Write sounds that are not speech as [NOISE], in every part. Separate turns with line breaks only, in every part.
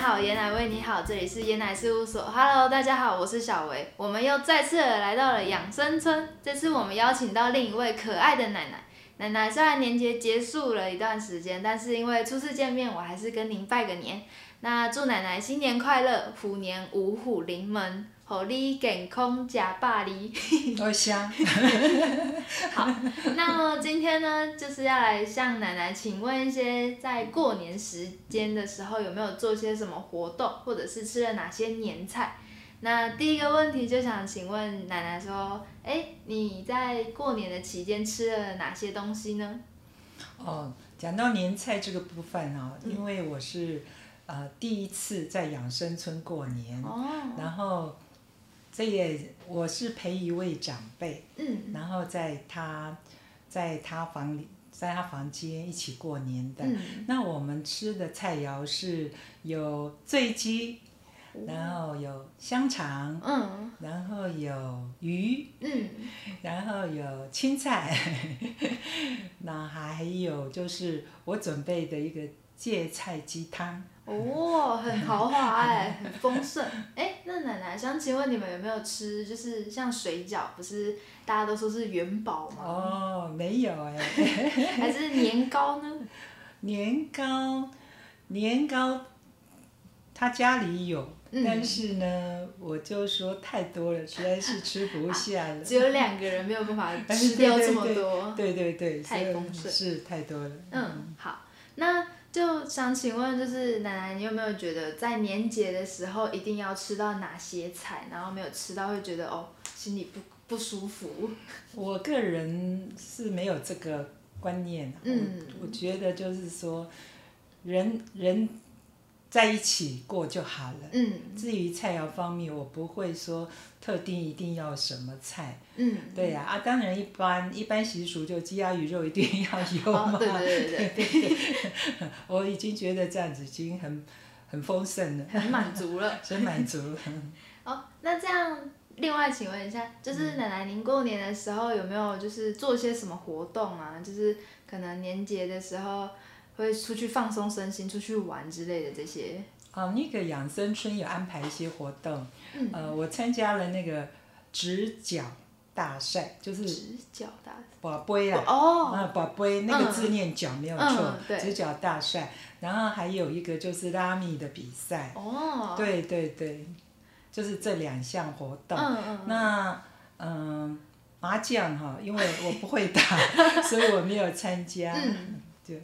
好，椰奶为你好，这里是椰奶事务所。Hello，大家好，我是小维，我们又再次地来到了养生村。这次我们邀请到另一位可爱的奶奶。奶奶虽然年节结束了一段时间，但是因为初次见面，我还是跟您拜个年。那祝奶奶新年快乐，虎年五虎临门，虎力健康，假霸力。
多香。
[LAUGHS] 那么今天呢，就是要来向奶奶请问一些在过年时间的时候有没有做些什么活动，或者是吃了哪些年菜。那第一个问题就想请问奶奶说，哎、你在过年的期间吃了哪些东西呢？
哦，讲到年菜这个部分哦，
嗯
因为我是呃第一次在养生村过年，
[LAUGHS] 哦，
然后这也我是陪一位长辈，
嗯，
然后在他在他房里，在他房间一起过年的。
嗯，
那我们吃的菜肴是有醉鸡，然后有香肠，
嗯，
然后有鱼，
嗯，
[LAUGHS] 然后有青菜， [LAUGHS] 那还有就是我准备的一个芥菜鸡汤。
哦，很豪华哎、很丰盛哎、那奶奶想请问你们有没有吃，就是像水饺，不是大家都说是元宝吗？
哦，没有哎， [LAUGHS]
还是年糕呢？
年糕，年糕，他家里有，
嗯
但是呢，我就说太多了，实在是吃不下
[LAUGHS]
了。
只有两个人没有办法吃掉这么多。
[LAUGHS] 对对对，
哦太
所以
丰盛
是太多了。
嗯，好，那就想请问，就是奶奶，你有没有觉得在年节的时候一定要吃到哪些菜，然后没有吃到会觉得哦心里不不舒服？
我个人是没有这个观念，
嗯
我我觉得就是说，人人在一起过就好了。
嗯
至于菜肴方面，我不会说特定一定要什么菜，
嗯，
对呀啊当然一般一般习俗就鸡鸭鱼肉一定要有
哦
嘛，
对对对对，
[LAUGHS] 我已经觉得这样子已经很很丰盛了，
很满足了。
很满足 [LAUGHS] 了。
哦，那这样。另外，请问一下，
嗯
就是奶奶，您过年的时候有没有就是做些什么活动啊？就是可能年节的时候会出去放松身心、出去玩之类的这些。
哦，那个养生村有安排一些活动，
嗯
呃，我参加了那个直角大赛，就是
直角大
宝贝啦，
哦，
啊，宝贝那个字念角没有错
嗯，对
直角大赛，然后还有一个就是拉米的比赛，
哦，
对对对，就是这两项活动。
嗯嗯，
那嗯，麻将哈，因为我不会打，
[LAUGHS]
所以我没有参加。
嗯
对，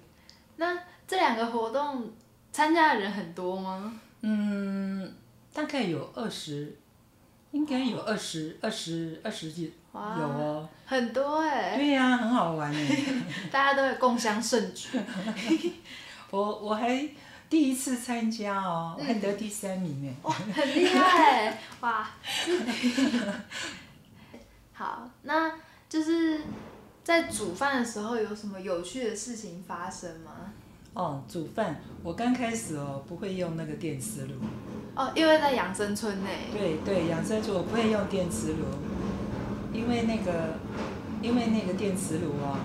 那这两个活动参加的人很多吗？
嗯，大概有二十，应该有二十二十二十几有
哇
哦。
很多哎、
对呀、很好玩哎。
大家都有共襄盛举。
我我还第一次参加哦，我还
嗯
得第三名哎。
哇，很厉害、欸， [LAUGHS] 哇！好，那就是在煮饭的时候有什么有趣的事情发生吗？
哦，煮饭我刚开始哦不会用那个电磁炉，
哦，因为在养生村内、
对对，养生炉我不会用电磁炉，因为那个因为那个电磁炉啊、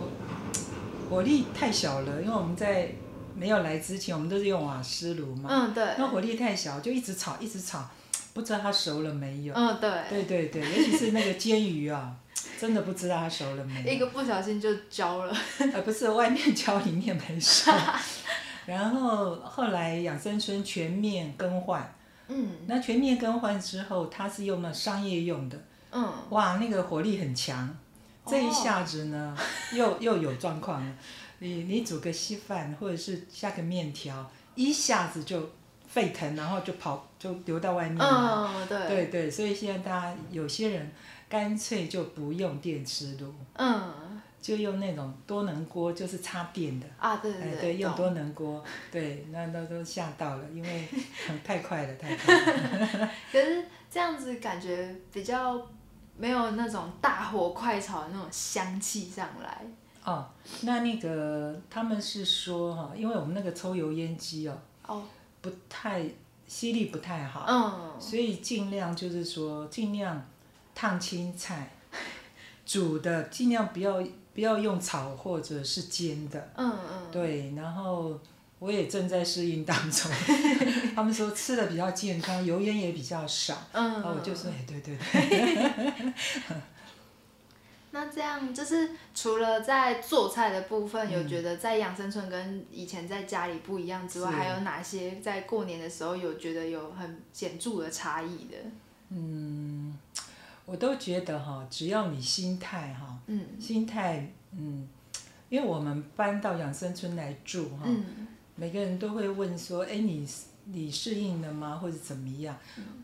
我火力太小了，因为我们在没有来之前我们都是用瓦斯炉嘛，
嗯对，
那火力太小就一直炒一直炒，不知道它熟了没有。
嗯对，
对对对，尤其是那个煎鱼啊，真的不知道它熟了没有。
一个不小心就焦了。
呃，不是外面教里面没收。然后后来养生村全面更换，
嗯
那全面更换之后，它是用了商业用的，
嗯，
哇，那个火力很强。这一下子呢，又又有状况了。你你煮个稀饭，或者是下个面条，一下子就沸腾，然后就跑就流到外面了。
嗯对，
对对，所以现在大家有些人干脆就不用电磁炉，
嗯
就用那种多能锅，就是插电的。
啊对对
哎，
对，
对，用
懂
多能锅，对，那都都吓到了，
[LAUGHS]
因为太快了，太快了。
可是这样子感觉比较没有那种大火快炒的那种香气上来。
哦，那那个他们是说哈，因为我们那个抽油烟机哦，
哦，
不太吸力不太好，
嗯，
所以尽量就是说尽量烫青菜， [LAUGHS] 煮的尽量不要不要用炒或者是煎的，
嗯嗯，
对，然后我也正在适应当
[LAUGHS]
中。他们说吃的比较健康，油烟也比较少。
嗯，
然后我就说，哎，对对对，
那这样就是除了在做菜的部分，
嗯
有觉得在养生村跟以前在家里不一样之外，
是
还有哪些在过年的时候有觉得有很显著的差异的？
我都觉得哈，只要你心态哈，
嗯
心态嗯，因为我们搬到养生村来住哈，
嗯
每个人都会问说：“哎，你你适应了吗？或者怎么样？”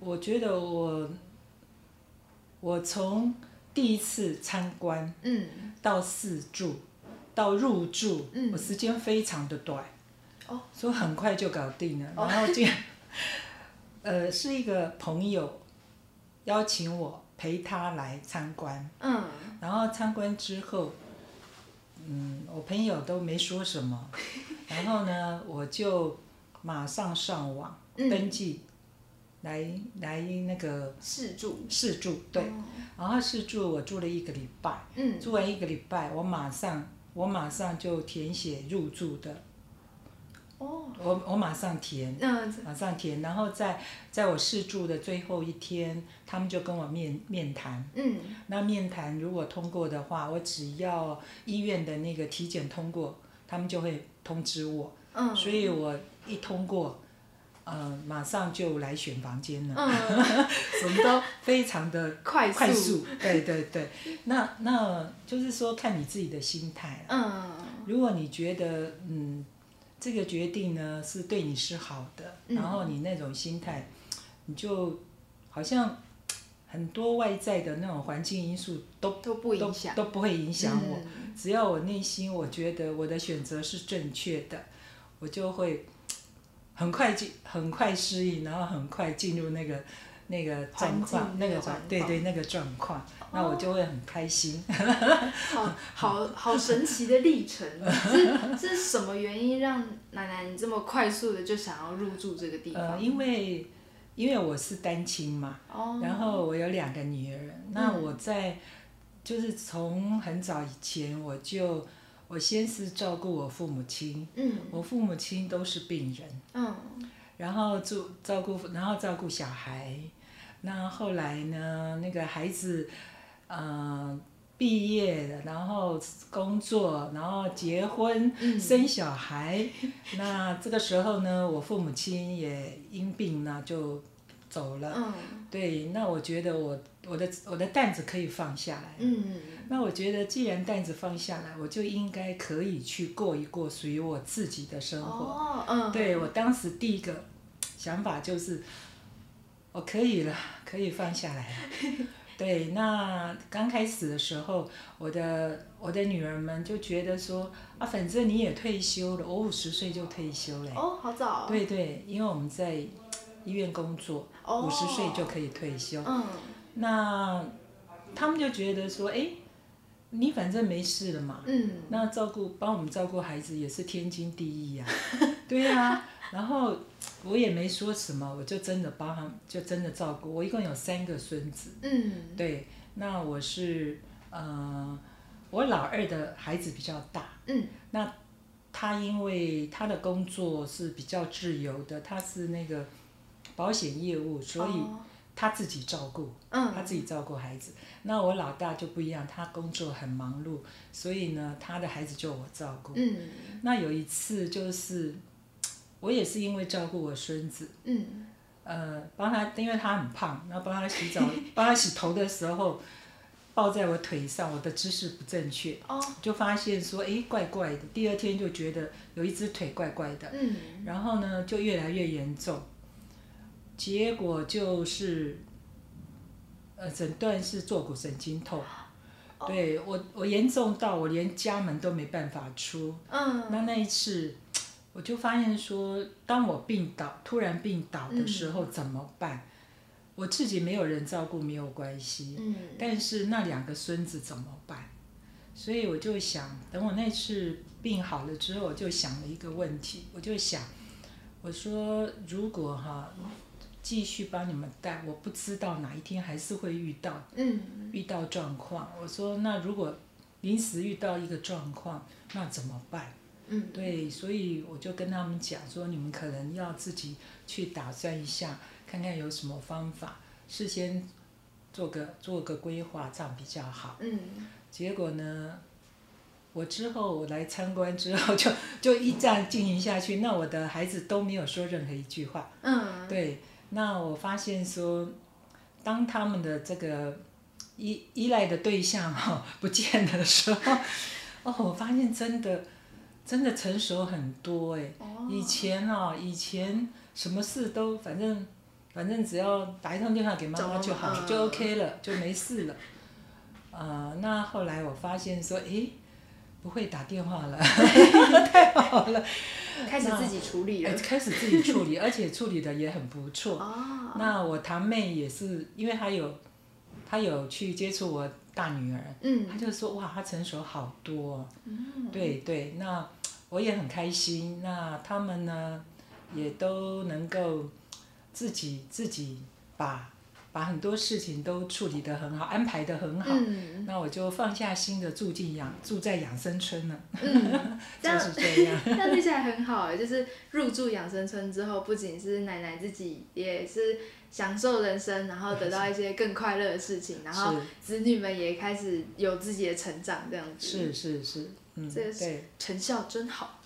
我觉得我，我从第一次参观
嗯，
到四住，到入住，
嗯
我时间非常的短，
哦，
所以很快就搞定了。
哦
然后这样，呃，是一个朋友邀请我陪他来参观，
嗯
然后参观之后，嗯，我朋友都没说
[LAUGHS]
什么，然后呢，我就马上上网
嗯，
登记，来来那个
试住
试住，对，
哦
然后试住我住了一个礼拜，
嗯
住完一个礼拜，我马上我马上就填写入住的，
哦
我我马上填。
嗯
马上填，然后在在我试住的最后一天，他们就跟我面面谈，
嗯
那面谈如果通过的话，我只要医院的那个体检通过，他们就会通知我。
嗯，
所以我一通过，呃，马上就来选房间了，
嗯
什么都非常的
快
[LAUGHS] 快速。对对对，那那就是说看你自己的心态了。
嗯
如果你觉得嗯，这个决定呢是对你是好的，
嗯
然后你那种心态，你就好像很多外在的那种环境因素都
都不
都
影响
都不会影响我。
嗯
只要我内心我觉得我的选择是正确的，我就会很快进，很快适应，然后很快进入那个那个状
环境哦
况，
那
那
个
个
状况
环对对那个状况，那我就会很开心。
好好好神奇的历
[LAUGHS]
程，是是什么原因让奶奶你这么快速的就想要入住这个地
呃，
方？
因为因为我是单亲嘛，
哦，嗯
然后我有两个女儿，那我在就是从很早以前我就我先是照顾我父母亲，
嗯
我父母亲都是病人。
嗯
然后住照顾，然后照顾小孩。那后来呢，那个孩子，呃，毕业，然后工作，然后结婚，
嗯
生小孩。那这个时候呢，我父母亲也因病呢就走了。
嗯
对，那我觉得我我的我的担子可以放下来。
嗯
那我觉得，既然担子放下来，我就应该可以去过一过属于我自己的生活。
哦嗯
对我当时第一个想法就是，我可以了，可以放下来了。
[LAUGHS]
对，那刚开始的时候，我的我的女儿们就觉得说啊，反正你也退休了，我五十岁就退休了。
哦好早
对对，因为我们在医院工作，
哦
五十岁就可以退休。
嗯
那他们就觉得说，哎，你反正没事了嘛，
嗯
那照顾帮我们照顾孩子也是天经地
[LAUGHS]
义呀、对呀、然后我也没说什么，我就真的帮他们，就真的照顾。我一共有三个孙子，
嗯
对，那我是呃，我老二的孩子比较大，
嗯
他因为他的工作是比较自由的，他是那个保险业务，所以
哦
他自己照顾。他
嗯
自己照顾孩子。那我老大就不一样，他工作很忙碌，所以呢，他的孩子就我照顾。
嗯
那有一次就是，我也是因为照顾我孙子，
嗯
呃，帮他，因为他很胖，然后帮他洗澡、帮他洗头的时候，抱在我腿上，我的姿势不正确，
哦
就发现说，诶，怪怪的。第二天就觉得有一只腿怪怪的，
嗯
然后呢，就越来越严重，结果就是，呃，诊断是坐骨神经痛。对我，我严重到我连家门都没办法出。
嗯
那那一次，我就发现说，当我病倒，突然病倒的时候怎么办？我自己没有人照顾没有关系，
嗯
但是那两个孙子怎么办？所以我就想，等我那次病好了之后，我就想了一个问题，我就想，我说如果哈、继续帮你们带，我不知道哪一天还是会遇到
嗯
遇到状况。我说那如果临时遇到一个状况，那怎么办？
嗯，
对，所以我就跟他们讲说，你们可能要自己去打算一下，看看有什么方法，事先做个做个规划，这样比较好。
嗯，
结果呢，我之后我来参观之后就 [LAUGHS] 就一这样进行下去，那我的孩子都没有说任何一句话。
嗯，
对，那我发现说，当他们的这个依依赖的对象哈、不见的时候，哦，我发现真的真的成熟很多哎。
哦，
以前哦，以前什么事都反正反正只要打一通电话给妈妈就好
懂
了，
嗯
就 OK 了，就没事了。呃，那后来我发现说，诶，不会打电话了， [LAUGHS] 太好了，
开始自己处理
哎
了，
[LAUGHS] 开始自己处理，而且处理的也很不错。
哦，
那我堂妹也是，因为她有，她有去接触我大女儿，她
嗯，
就说哇，她成熟好多、哦。对对，那我也很开心。那他们呢，也都能够自己自己把把很多事情都处理得很好，安排得很好。
嗯，
那我就放下心的住进养住在养生村了， [LAUGHS]
嗯，这
就
样
是
[LAUGHS]
这样。
那听起来很好哎，就是入住养生村之后，不仅是奶奶自己，也是享受人生，然后得
[LAUGHS]
到一些更快乐的事情，然后子女们也开始有自己的成长，这样子。
是是是是，嗯，
这个是
对。
[LAUGHS] 成效真好。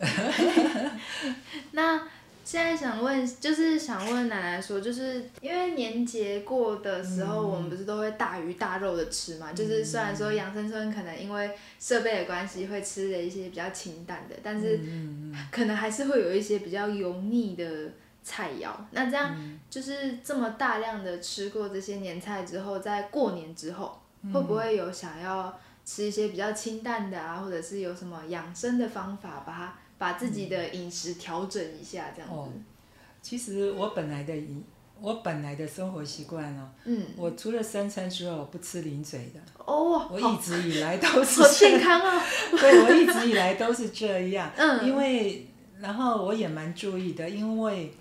[LAUGHS]
那现在想问，就是想问奶奶说，就是因为年节过的时候，我
嗯
们不是都会大鱼大肉的吃嘛？就是虽然说养生村可能因为设备的关系会吃的一些比较清淡的，但
嗯
是可能还是会有一些比较油腻的。菜肴，那这样
嗯
就是这么大量的吃过这些年菜之后，在过年之后，
嗯
会不会有想要吃一些比较清淡的啊，或者是有什么养生的方法，把它把自己的饮食调整一下，这样子。
哦其实我本来的饮我本来的生活习惯呢、
嗯，
我除了三餐之外，我不吃零嘴的。
哦，
我
好
一直以来都是
好
这
健康啊，
[LAUGHS] 对我一直以来都是这样。
嗯
因为然后我也蛮注意的，因为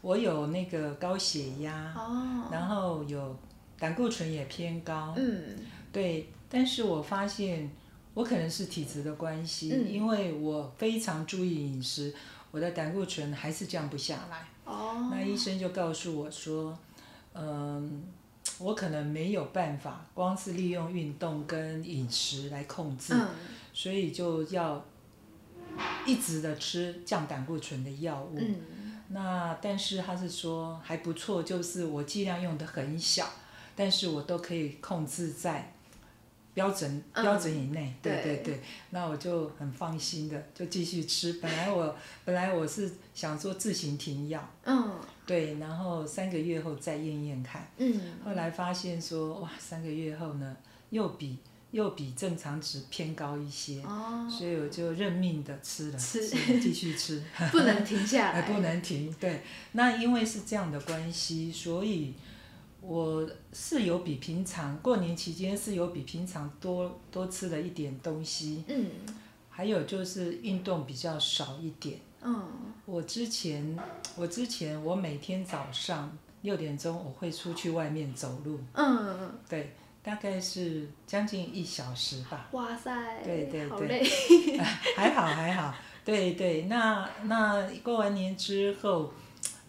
我有那个高血压，
哦，
然后有胆固醇也偏高。
嗯
对，但是我发现我可能是体质的关系，
嗯
因为我非常注意饮食，我的胆固醇还是降不下来。
哦，
那医生就告诉我说，嗯，我可能没有办法，光是利用运动跟饮食来控制，
嗯
所以就要一直的吃降胆固醇的药物。
嗯
那但是他是说还不错，就是我剂量用的很小，但是我都可以控制在标准
嗯
标准以内。对
对
对对，那我就很放心的就继续吃。本来我本来我是想说自行停药。
嗯
对，然后三个月后再验验看。
嗯，
后来发现说，哇，三个月后呢，又比又比正常值偏高一些，
哦，
所以我就认命的吃了，
吃
了继续吃，
不能停下
[LAUGHS] 还
来，
哎不能停。对，那因为是这样的关系，所以我是有比平常过年期间是有比平常多多吃了一点东西，
嗯
还有就是运动比较少一点。
嗯
我之前，我之前我每天早上六点钟我会出去外面走路，
嗯，
对，大概是将近一小时吧， [LAUGHS]
哇塞，
对对
好
对
累，
还好还好，对对。那那过完年之后，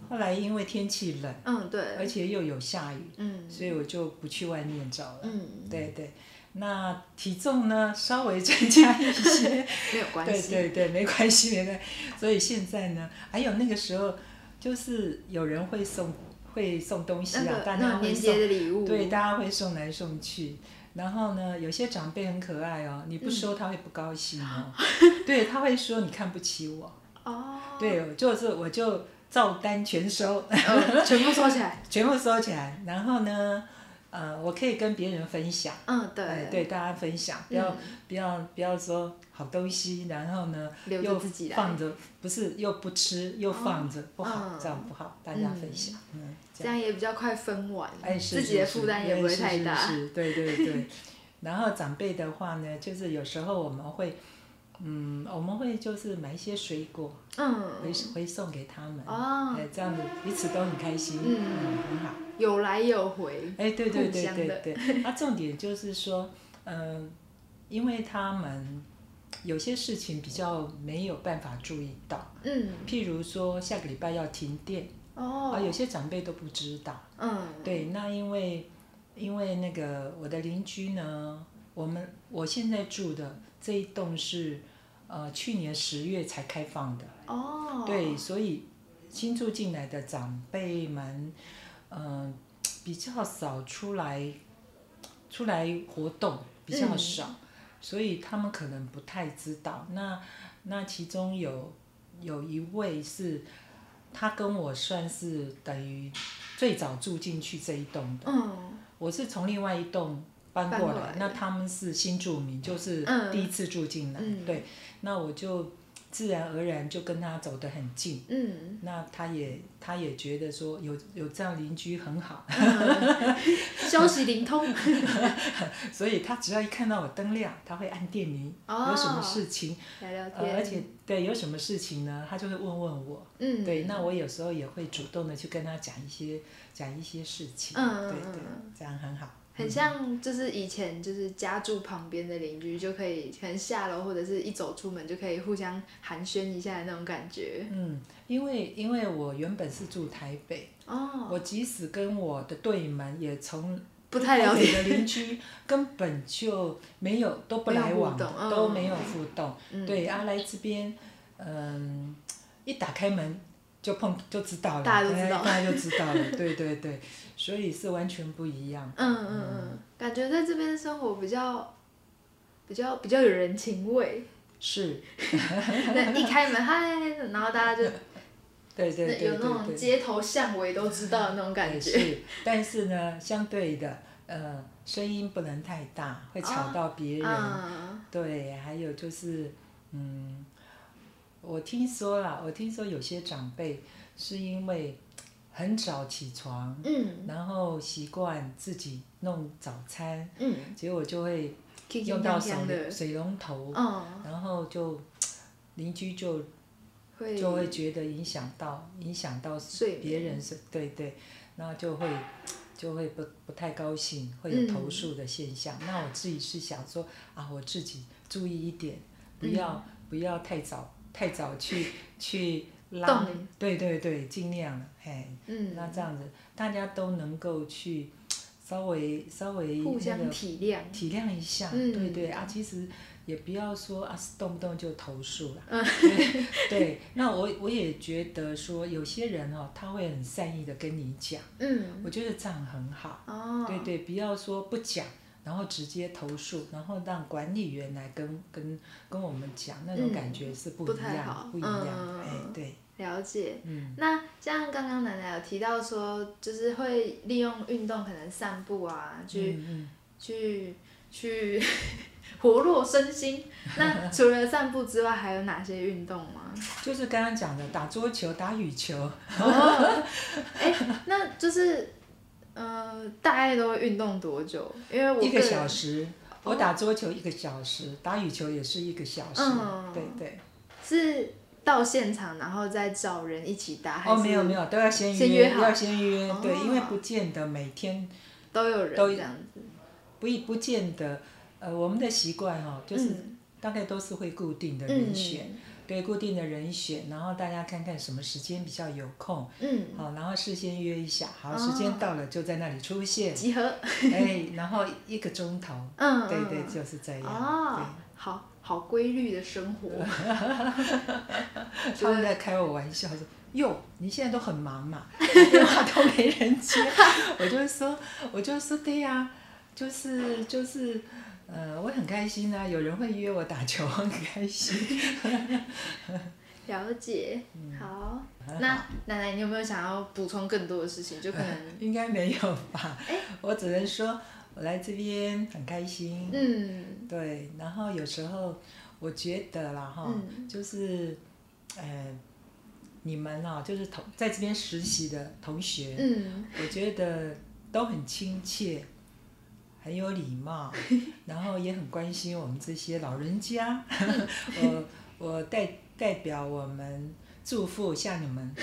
后来因为天气冷，
嗯
而
对，
且又有下雨，
嗯
所以我就不去外面走了。
嗯，
对对，那体重呢稍微增加一些，
没有关
对
系，
对对，没关系，没关系。所以现在呢，还有那个时候，就是有人会送会送东西
那
啊，
个
大
那
家
种
会
年
送，
节的礼物，
对，大家会送来送去。然后呢，有些长辈很可爱哦，你
嗯
不收他会不高
[LAUGHS]
兴哦，对他会说你看不起我，
哦，
对，我就是我就照单全收， [LAUGHS]
嗯，全部收起来，
全部收起来。然后呢，呃，我可以跟别人分享。
嗯
哎
对，嗯
对，大家分享，不要、不要不要说好东西，然后呢，
留着
又
自己来
放着，不是又不吃又放着，不好，
嗯
这样不好，大家分享，嗯，这
这
样，
样也比较快分完，
哎，是
自己的
是是
负担也不会
哎是
太
是
大
是对对
[LAUGHS]
对。然后长辈的话呢，就是有时候我们会，嗯，我们会就是买一些水果回
嗯，
回送给他们，
哦，
哎，这样子彼此都很开心，
嗯
很好。
有来有回，
哎，对对
互
对
相 [LAUGHS]
对
的
呃对，那、重点就是说，嗯、因为他们有些事情比较没有办法注意到，
嗯，
譬如说下个礼拜要停电，
哦，
啊，有些长辈都不知道。
嗯，
对，那因为因为那个我的邻居呢，我们我现在住的这一栋是呃去年十月才开放的，
哦，
对，所以新住进来的长辈们，嗯、比较少出来出来活动，比较
嗯
少，所以他们可能不太知道。那那其中有有一位是，他跟我算是等于最早住进去这一栋的，
嗯，
我是从另外一栋。搬
搬
过
过
来
来，
那他们是新住民，就是
嗯
第一次住进来，
嗯
对，那我就自然而然就跟他走得很近， [LAUGHS]
嗯，
那他也他也觉得说有有这样邻居很好， [LAUGHS]
嗯消息灵通，
所以他只要一看到我灯亮，他会按电铃，有什么事情，
哦聊聊
呃、
天，
而且对有什么事情呢，他就会问问我。
嗯，
对，那我有时候也会主动的去跟他讲一些讲一些事情，
嗯
对
嗯
对
嗯，
这样很好。
很像就是以前就是家住旁边的邻居就可以，可能下楼或者是一走出门就可以互相寒暄一下的那种感觉。
嗯，因为因为我原本是住台北，
哦，
我即使跟我的对门也从
不太了解。
的邻居根本就没有都不来往，
没有互动
都没有互动。
嗯
对，啊，来这边，嗯，一打开门就碰就知道了，
大家都知道
哎大家就知道了，对对对，所以是完全不一样。
嗯嗯嗯，感觉在这边生活比较。比较比较有人情味，
是，
那一开门嗨，然后大家就
对对对
有
对
那种
对，
街头巷尾都知道的那种感
也
觉。
是，但是呢，相对的，呃，声音不能太大，会
哦
吵到别人。
嗯，
对，还有就是，嗯，我听说啦，我听说有些长辈是因为很早起床，
嗯
然后习惯自己弄早餐，
嗯，
结果就会
叮叮
用到
当
水
当的，
水龙头，
嗯，
然后就邻居就
会
就会觉得影响到影响到
睡眠
别人是，对对，然后就会就会不不太高兴，会有
嗯
投诉的现象。那我自己是想说啊，我自己注意一点，不要、
嗯
不要太早太早去去拉
动，
对对对，尽量嘿，
嗯，
那这样子大家都能够去稍微稍微
互
那
相
个
体谅。
体谅一下，
嗯
对对啊，其实也不要说啊，动不动就投诉啦。
嗯
对对，那我我也觉得说，有些人哦，他会很善意的跟你讲，
嗯，
我觉得这样很好。
哦，
对对，不要说不讲，然后直接投诉，然后让管理员来跟跟跟我们讲，那种
嗯
感觉是不
不
一
太
样，
好
不一样。
嗯
哎，对，
了解。
嗯
那像刚刚奶奶有提到说，就是会利用运动，可能散步啊，去、
嗯嗯。
去去 [LAUGHS] 活络身心。那除了散步之外，还有哪些运动
[LAUGHS]
吗？
就是刚刚讲的打桌球、打羽球，
哦，哎、那就是。呃，大概都会运动多久？因为我
一个
人哦
小时。我打桌球一个小时，打羽球也是一个小时，
嗯
对对。
是到现场，然后再找人一起打，还
哦，
是
没有没有，都要先约，
先约好
要先约，
哦
对，因为不见得每天
都有人
都
这样子？
不一不见得，呃，我们的习惯哦，就是
嗯
大概都是会固定的人选，对，固定的人选，然后大家看看什么时间比较有空，
嗯，
好，然后事先约一下，好，
哦
时间到了就在那里
[LAUGHS]
出现，
嗯集合，
哎，然后一个钟头，
嗯，
对对，
嗯
就是这
哦
样，，
好好规律的生活，
对，
觉
他们
得
在开我玩笑说。哟，你现在都很忙嘛，电话都没人接，我就说，我就说对呀、就是就是，呃，我很开心啊，有人会约我打球，很开心。
了解。嗯好，那奶奶，你有没有想要补充更多的事情？就可能，
[LAUGHS] 应该没有吧？我只能说，我来这边很开心。
嗯
对，然后有时候我觉得啦哈，
嗯
就是，呃，你们哦，就是同在这边实习的同学，
嗯
我觉得都很亲切，很有礼貌，然后也很关心我们这些老人家。我我代代表我们祝福向你们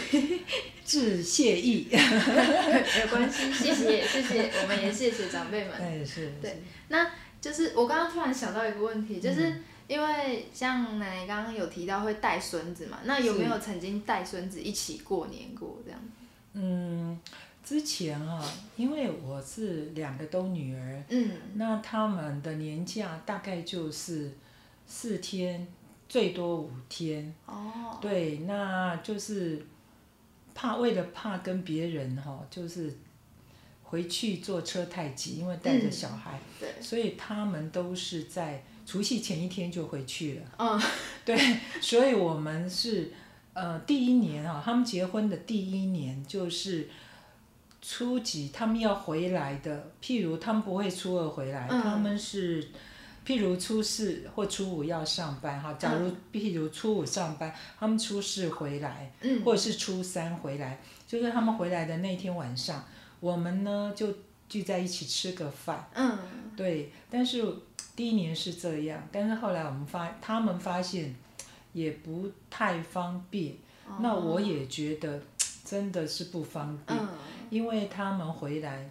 致谢
[LAUGHS]
意。
没有关系，谢谢 [LAUGHS] 谢谢，我们也谢谢长辈们。
哎，是，
对那就是我刚刚突然想到一个问题，就是因为像奶奶刚刚有提到会带孙子嘛，那有没
是
有曾经带孙子一起过年过这样？
嗯，之前啊，因为我是两个都女儿，
嗯，
那他们的年假大概就是四天，最多五天。
哦，
对，那就是怕为了怕跟别人哈、就是回去坐车太急，因为带着小孩，
对，
所以他们都是在除夕前一天就回去了。
嗯，
[LAUGHS] 对，所以我们是呃第一年啊，他们结婚的第一年就是初几，他们要回来的。譬如他们不会初二回来，
嗯
他们是譬如初四或初五要上班
嗯
哈。假如譬如初五上班，他们初四回来，
嗯，
或者是初三回来，就是他们回来的那天晚上，我们呢就聚在一起吃个饭。
嗯，
对，但是第一年是这样，但是后来我们发，他们发现也不太方便，
哦
那我也觉得真的是不方便，
嗯，
因为他们回来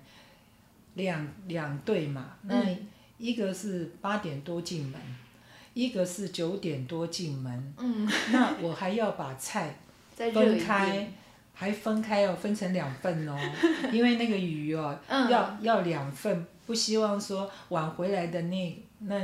两两对嘛，那
嗯
一个是八点多进门，一个是九点多进门，
嗯，
那我还要把菜
再热
分
一遍，
开，还分开哦，分成两份哦，因为那个鱼哦，
嗯
要要两份，不希望说晚回来的那那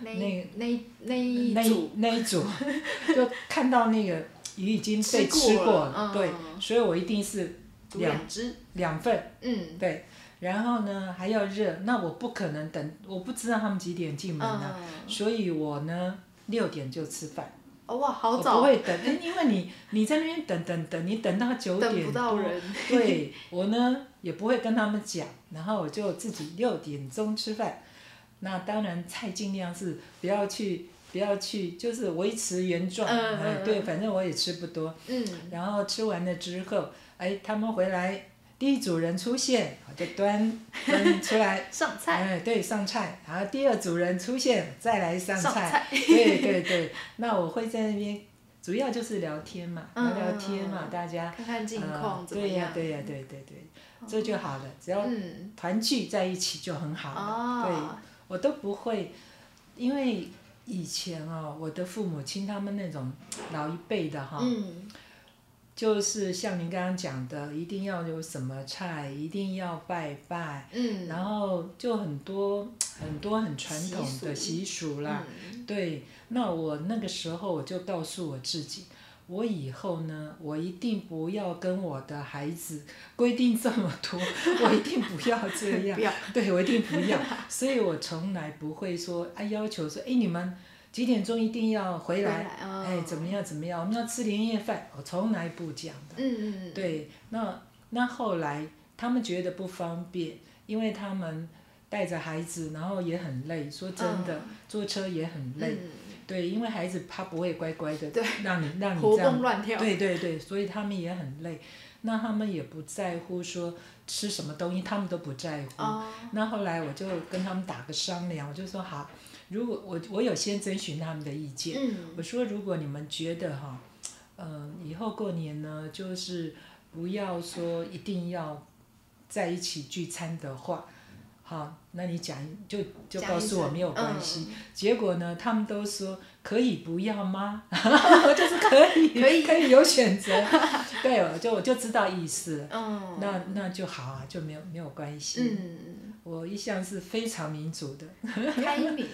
那
那
那一那一
那
组
那一组， [LAUGHS] 就看到那个鱼已经被
吃
吃
过
过
了嗯
对，所以我一定是
煮
两
两只，
两份，
嗯
对，然后呢还要热，那我不可能等，我不知道他们几点进门啊，
嗯，
所以我呢六点就吃饭。
哦哇，好
我
早
不，会等，哎因为你你在那边等等等，你等到九点
等不到
多 [LAUGHS]
人， [LAUGHS]
对我呢也不会跟他们讲，然后我就自己六点钟吃饭。那当然菜尽量是不要去不要去，就是维持原状。
嗯
哎
嗯
对，
嗯
反正我也吃不多。
嗯，。
然后吃完了之后，哎，他们回来第一组人出现，我就端端出来
上菜，
哎，对，上菜，然后第二组人出现，再来上
上
菜，
菜
对对对，那我会在那边，主要就是聊天嘛，聊
嗯
聊天嘛，
嗯嗯
大家
看看近
呃
况怎么
对呀、
样，
对呀、对对对，这就好了，只要
嗯，
团聚在一起就很好了。
哦，
我都不会，因为以前哦，我的父母亲他们那种老一辈的哈、
嗯，
就是像您刚刚讲的，一定要有什么菜，一定要拜拜，
嗯，
然后就很多很多很传统的习俗啦。
嗯
对，那我那个时候我就告诉我自己，我以后呢，我一定不要跟我的孩子规定这么多，我一定不要这样
不要，
对我一定不要，所以我从来不会说啊要求说，哎你们几点钟一定要回来，
嗯
哎怎么样怎么样，我们要吃年夜饭，我从来不讲的。
嗯嗯，
对，那那后来他们觉得不方便，因为他们带着孩子，然后也很累。说真的，坐车也很累。
嗯，
对，因为孩子他不会乖乖的
对，
让你让你
活
这样。
蹦乱跳，
对对对，所以他们也很累。那他们也不在乎说吃什么东西，他们都不在乎。
哦，
那后来我就跟他们打个商量，我就说好，如果我我有先征询他们的意见，
嗯
我说，如果你们觉得哈，嗯、以后过年呢，就是不要说一定要在一起聚餐的话，好，那你讲就就告诉我没有关系。，
嗯
结果呢，他们都说可以不要吗？ [LAUGHS] 我就
[LAUGHS]
是可以，
可以
有选择。 [LAUGHS] 对，我就我就知道意思了。
嗯，
那那就好啊，就没有没有关系。 [LAUGHS]
嗯，
我一向是非常民主的，
开明，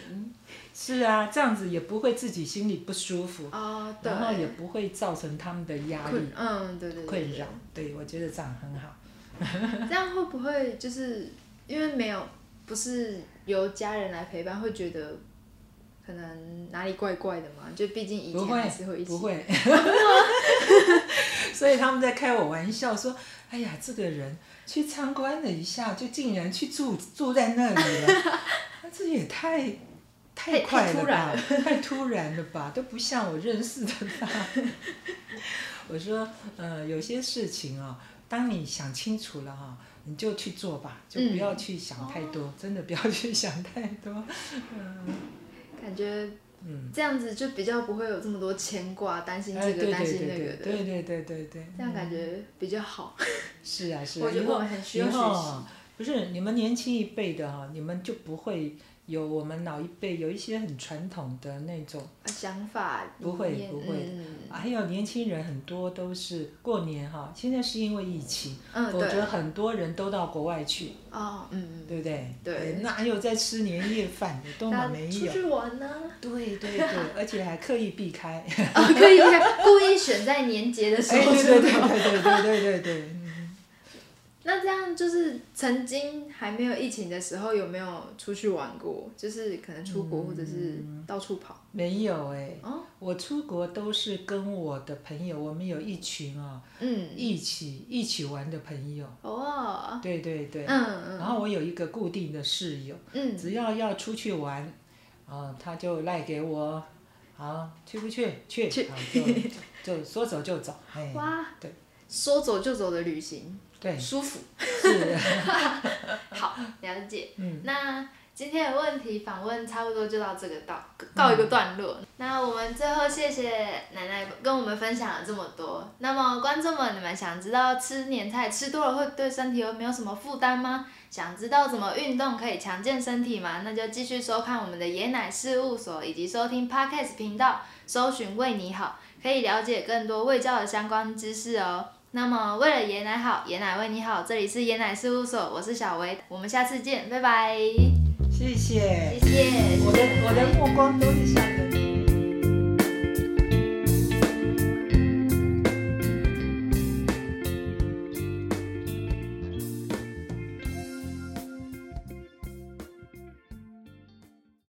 是啊，这样子也不会自己心里不舒服。
哦，对，
然后也不会造成他们的压力
困，嗯，对对对，
困扰。对，我觉得这样很好。
[LAUGHS] 这样会不会就是因为没有不是由家人来陪伴，会觉得可能哪里怪怪的嘛？就毕竟以前
不会
还是会一起，
不会， [LAUGHS] 所以他们在开我玩笑说：“哎呀，这个人去参观了一下，就竟然去住住在那里
[LAUGHS]
了，那这也太
太太
快了
突然
吧，太突然了吧，都不像我认识的吧。” [LAUGHS] 我说：“呃，有些事情啊、当你想清楚了哈、啊你就去做吧，就不要去想太
嗯哦
多，真的不要去想太多。
感觉
嗯，
这样子就比较不会有这么多牵挂，担心
哎，
嗯这
对
个
对
担
对
心
对
那个
对，
的，
对对对对对，嗯
这样感觉比较好。
是啊是啊，
我觉
以
得我
后
们很需呃
以
要学
后
习。
啊不是你们年轻一辈的哈、你们就不会有我们老一辈有一些很传统的那种，
想法
不会
理念
不会
嗯
还有年轻人很多都是过年哈，现在是因为疫情，
嗯，
否则
对，
很多人都到国外去，
哦，嗯，
对不对？
对
哎哪有在吃年夜饭的，都嘛
大家
没
出
有。
去玩呢， [LAUGHS]
对对对，而且还刻意避开。
啊，可以，故意选在年节的时
哎，
候
对
出
对对
门
对对对对对对，嗯
那这样就是曾经还没有疫情的时候，有没有出去玩过？就是可能出国或者是
嗯
到处跑。
没有哎、
哦
我出国都是跟我的朋友，我们有一群啊、
嗯，
一起一起玩的朋友。
哦，
对对对，
嗯
然后我有一个固定的室友。
嗯
只要要出去玩，啊、他就赖给我，好，去不去？去，
去
好就就说走就走，哎
嗯，，哇，
对，
说走就走的旅行，
对，
舒服。
是，
好，了解。
嗯，
那今天的问题访问差不多就到这个到告一个段落。那我们最后谢谢奶奶跟我们分享了这么多。那么观众们，你们想知道吃年菜吃多了会对身体有没有什么负担吗？想知道怎么运动可以强健身体吗？那就继续收看我们的爷奶事务所以及收听 Podcast 频道，搜寻为你好，可以了解更多卫教的相关知识哦。那么，为了爷奶好，爷奶为你好，这里是爷奶事务所，我是小维，我们下次见，拜拜，
谢谢，
谢谢。
我的我的目光都是向。